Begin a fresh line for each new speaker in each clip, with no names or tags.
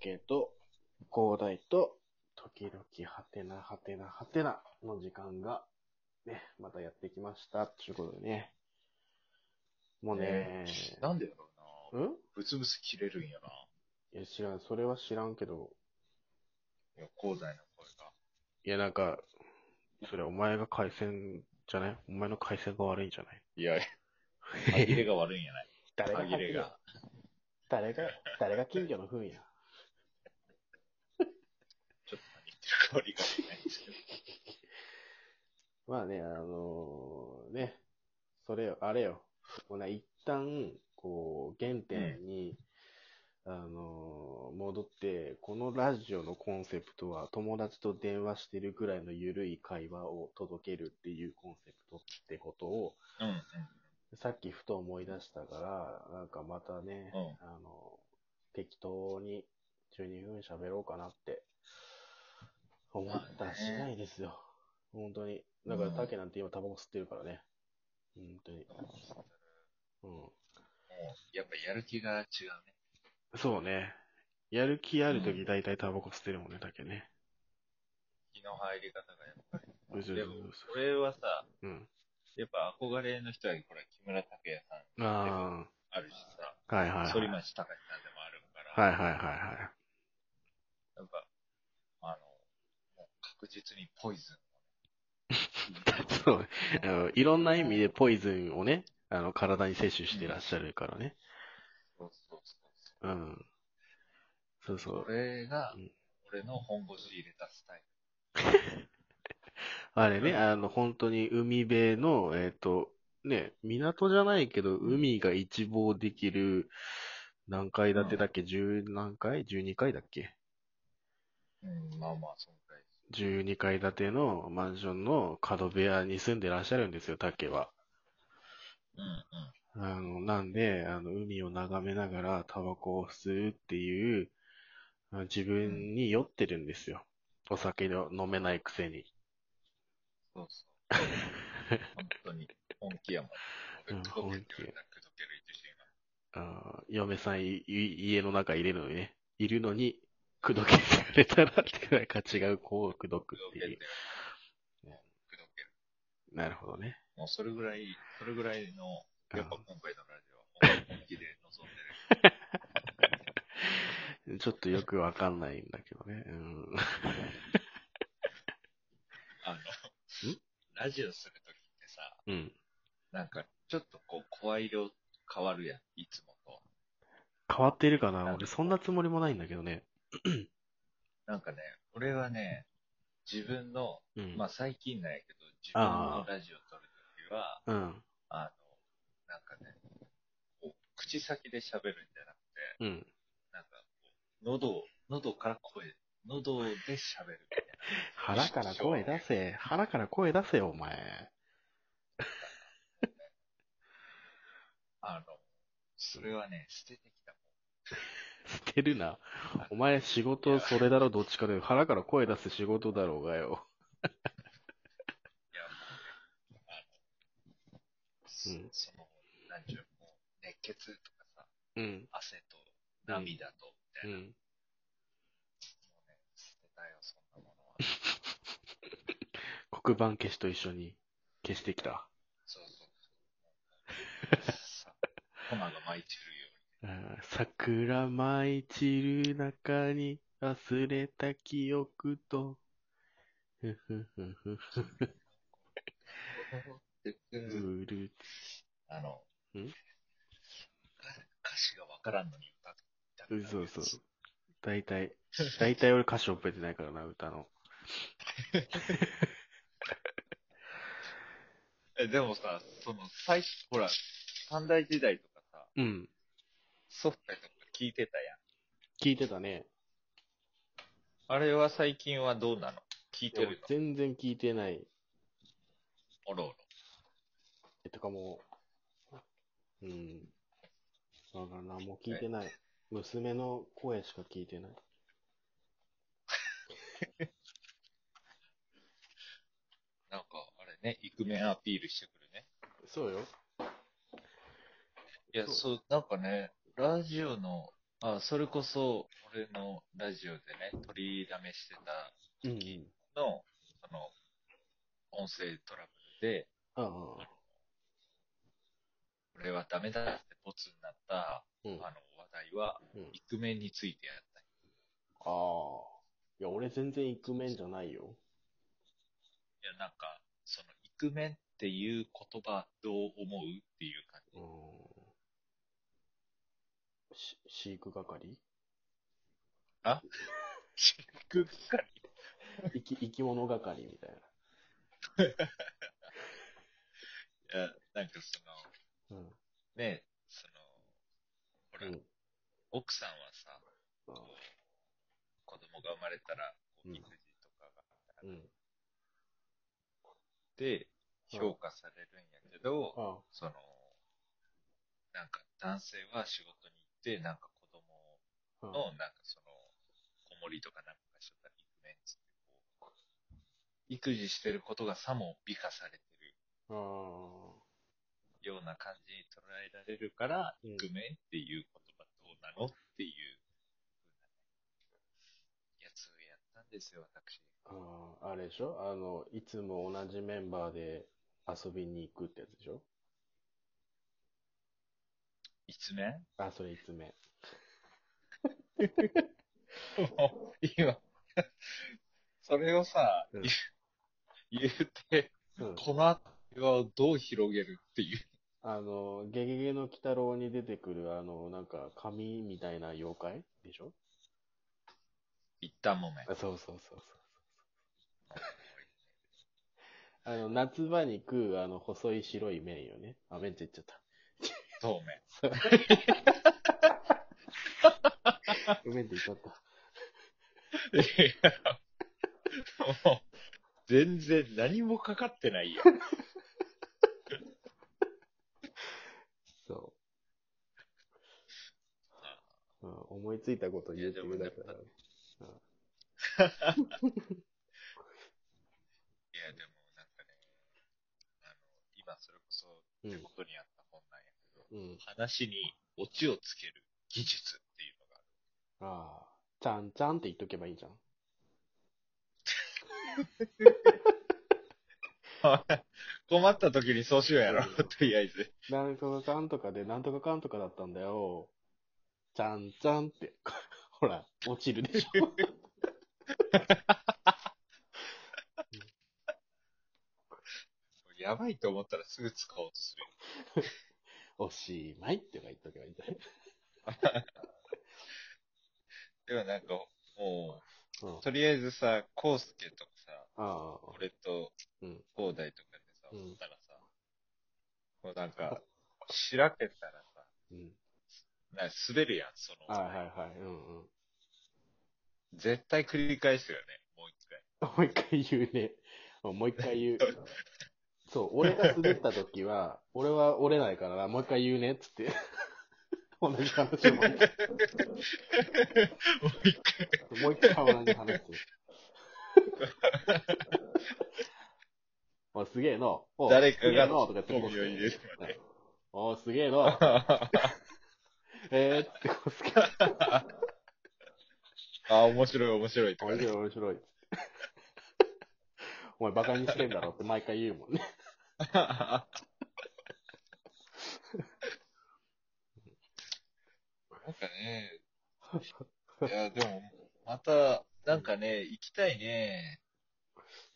けど、号題と、時々はてなはてなはてなの時間が、ね、またやってきました。ということでね。もうね、
なんでやろうな。
うん
ブツブツ切れるんやな。
いや、知らん。それは知らんけど、
いや、広大な声が。
いや、なんか、それお前が回線じゃないお前の回線が悪いんじゃない
いや、歯切れが悪いんやない。
誰
歯切れが。。
誰が、誰が金魚の糞や。
ちょっと何言ってるかわりがしないんですけど。
まあね、あのね、それよ、あれよ。もうね、一旦、こう、原点に、あの戻って、このラジオのコンセプトは、友達と電話してるぐらいの緩い会話を届けるっていうコンセプトってことを、
うん、
さっきふと思い出したから、なんかまたね、
うん
あの、適当に12分喋ろうかなって思ったしないですよ。本当に。だから、
うん
タケなんて今タバコ吸ってるからね。本当に。
うん。も
うん。
う、やっぱやる気が違うね。
そうね。やる気あると
う
き
ん
大体タバコ吸ってるもんね、タケね。
気の入り方がやっぱり。
うずうず
で
う
も
ず、
俺はさ、
うん。
やっぱ憧れの人は、ほら、木村拓哉さん
あ
あるし
あ、はいはい
さ、
はい。
反町隆史さんでもあるから、
はいはいはいはい。
やっぱ、あの、もう確実にポイズン
そうねあの。いろんな意味でポイズンをね、あの、体に摂取してらっしゃるからね。
そうそうそうそう。
うん。そうそう
そ。れが
うん、
俺の本腰入れたスタイ
あれね、あの、本当に海辺の、えっ、と、ね、港じゃないけど、海が一望できる、何階建てだっけ、十何階 ?12 階だっけ
ル。うん、まあまあ、そんくらい。
?12 階建てのマンションの角部屋に住んでらっしゃるんですよ、竹は。
うんうん。
あの、なんで、あの、海を眺めながらタバコを吸うっていう、あの自分に酔ってるんですよ。お酒を飲めないくせに。
そうそう。本当に、本気やもん。
うん
俺、届ける
本気
よりなく届ける自信が。
あー嫁さんいい家の中入れるのにね、いるのに、口説けてくれたらってくらいか違う子を口説くっ
届
て
ける
いう。
よりもう口説ける。
なるほどね。
もうそれぐらい、それぐらいの、
うん
やっぱ今回のラジオは本気で望んでる。
ちょっとよくわかんないんだけどね。うん。
あの、ラジオするときってさ、
うん。
なんか、ちょっとこう、声色変わるやん、いつもと。
変わっているかな俺そんなつもりもないんだけどね。
なんかね、俺はね、自分の、
うん。
まあ最近なんやけど、自分のラジオ撮るときは、
うん。
あの、なんかね、こう口先で喋るんじゃなくて、
うん。
なんかこう、喉を、喉から声、喉で喋るみたいな。
腹から声出せ。腹から声出せよ、お前。
あの、それはね、捨ててきた
捨てるな。お前仕事それだろ、どっちかで。腹から声出す仕事だろうがよ。うん
もん。そその、なんちゅうの、もう、熱血とかさ、
うん。
汗と涙と、みた
う
いな。
ん。
もうね、捨てたよ、そんなものは。
黒板消しと一緒に消してきた。
そうそう そう。さ粉が舞い散るように。
うん桜舞い散る中に忘れた記憶と。ふふふふふ。 うる
あの、
ん
歌詞がわからんのに歌った
つ。そうそう。大体、大体俺歌詞覚えてないからな、歌の。
え、でもさ、その、最初、ほら、三大時代とかさ、
うん。
ソフトとか聞いてたやん。
聞いてたね。
あれは最近はどうなの聞いてる
全然聞いてない。
のおろおろ。
え、てかもう、うん。わからんな、もう聞いてない。娘の声しか聞いてない。
なんか、あれね、イクメンアピールしてくるね。
そうよ。
いや、
そう
そう、なんかね、ラジオのあ、それこそ、俺のラジオでね、取りだめしてた
うん。
の、その、音声トラブルで、
ああ。
俺はダメだってボツになった、
うん。
あの、話題は、
うん
イクメンについてやった。
ああ。いや、俺全然イクメンじゃないよ。
いや、なんか、その、イクメンっていう言葉、どう思うっていう感
うん。し飼育係
じ。飼育係
生き 生き物係みたい
いや、なんかその、
な。うん。
ね、その、ほら、
うん
奥さんはさ、
ああ
子供が生まれたら、こ
う
うん育児とかがあった
う
ら
ん。
で、
うん
評価されるんやけど、
あ
その、なんか男性は仕事に行って、なんか子供
あ。うん
の、なんかその、子守とかなんかしとったり、イクメンつってこう、育児してることがさも美化されて
あ
るような感じに捉えられるから、
うん
イクメンっていう言葉どうなのっていう、やつをやったんですよ、私。
あああれでしょあの、いつも同じメンバーで遊びに行くってやつでしょ
いつめ
あ、それ5つ目。
今、 それをさ、
うん
言うて、
うん。
この後はどう広げるっていう。
あの、ゲゲゲの鬼太郎に出てくる、あの、なんか、紙みたいな妖怪でしょ
一旦もめ。
あ、そうそうそうそう。あの、夏場に食う、あの、細い白い麺よね。あ、麺って言っちゃっ
そうめ。
た。麺って言っちゃった。
いやもう全然何もかかってないよ。
そう。うん、思いついたこと言うてるだけだから。
いや、でもなんかね、あの、今それこそ
うん
手元にあった本なんやけど、
うん。
話にオチをつける技術っていうのがある。
ああ。ちゃんちゃんって言っとけばいいじゃん。
困った時にそうしようやろ、
うん
とりあえず。
なんとかかんとかで、なんとかかんとかだったんだよ。ちゃんちゃんって。 ほら、落ちるでしょ。
やばいと思ったらすぐ使おうとするよ。
おしまいってのが言っとけばいいんじゃない
でもなんか、も
うん
う、。とりあえずさ、コウスケとかさ、
ああ。
俺と
うん。
コウダイとかでさ、
う
お
ん
ったらさ、こうなんか、しらけたらさ、
うん。
なんか滑るやん、その、
はいはいはい。うんうん。
絶対繰り返すよね、もう一 回。
もう一回言うね。もう一回言う。そう、俺が滑った時は、俺は折れないからな、もう一回言うね、っつって。同じ話をもう一回
もう一 回。
もう一回同じ話する。おすげえの。お
誰
す
か
げえ
が
のとか
ツッコミを入れるまで。
おすげえの。えーっつってこうすげえ。
あ、面白い面白いとか
面
ね。
白い面白いっつって。お前バカにしてんだろって毎回言うもんね。
なん かね、いや、でも、また、なんかね、行きたいね、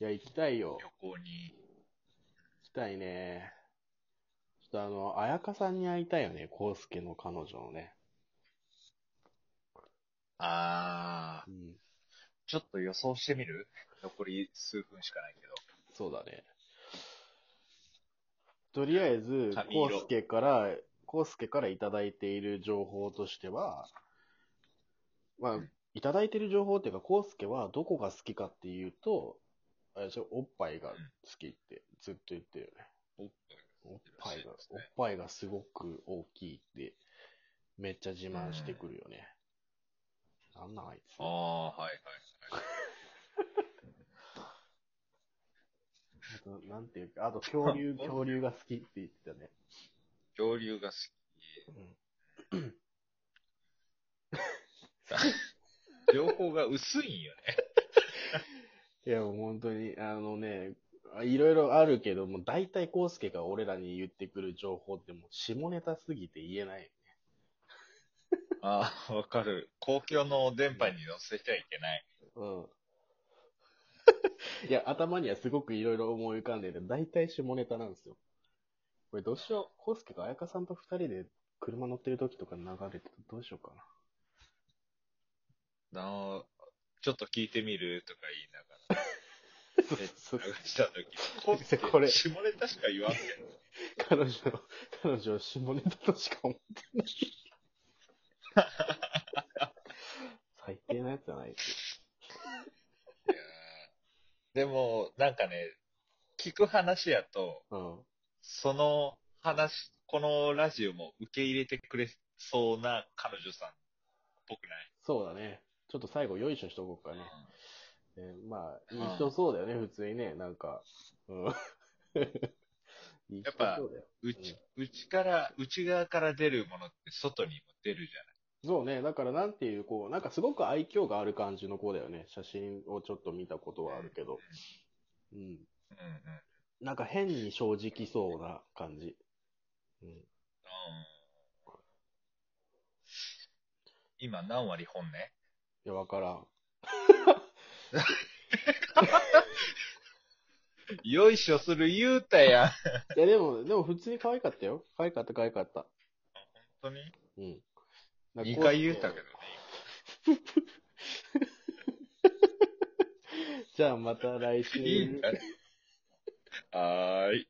いや、行きたいよ
旅。行に。
行きたいね。ちょっとあの、彩香さんに会いたいよね。康介の彼女のね。
あー、
うん。
ちょっと予想してみる残り数分しかないけど。
そうだね。とりあえず、
髪色
康介から、康介からいただいている情報としては、まあ
うん、
いただいている情報っていうか、康介はどこが好きかっていうと、あれでしょおっぱいが好きってずっと言ってるよね。
おっ
おっぱいが、
そうです
おっ
ね
ぱいがすごく大きいって、めっちゃ自慢してくるよね。なんなんあいつ。
あー、はいはいはい。
ななんていうか、あと恐 竜、恐竜が好きって言ってたね。
恐竜が好
う
き。
ん
情報が薄いんよね。
いや、もう本当に、あのね、あいろいろあるけども、大体コウスケが俺らに言ってくる情報ってもう下ネタすぎて言えない。
ああ、わかる。公共の電波に乗せちゃいけない。
うん。 いや、頭にはすごくいろいろ思い浮かんでて、大体下ネタなんですよ。これどうしよう。コウスケが彩香さんと二人で車乗ってる時とか流れてたらどうしようか
あの、ちょっと聞いてみるとか
な。そうそう
言いながら流した時コウスケ
これ
下ネタしか言わんけど。
彼女、彼女を下ネタとしか思ってない。最低なやつじゃない。
いやー でも、なんかね、聞く話やと、
うん。
その話、このラジオも受け入れてくれそうな彼女さんっぽくない
そうだね。ちょっと最後、よいしょしとこうかね。えーまあ、
うん
一緒そうだよね、普通にね、なんか。うん。
やっぱ
一緒そうだよ。
うんうち、うちから、内側から出るものって外にも出るじ
そうね、だからなんていう、こう、なんかすごく愛嬌がある感じの子だよね。写真をちょっと見たことはあるけど。うん。
ゃない。うんうん。
なんか変に正直そうな感じ。うん。
うん今何割本ね
いや、わからん。
よいしょする言うたやん。
いや、でも、でも普通に可愛かったよ。可愛かった、可愛かった。
本当に
うん。
二回言うたけどね。
じゃあまた来週。
いいんだね。はーい。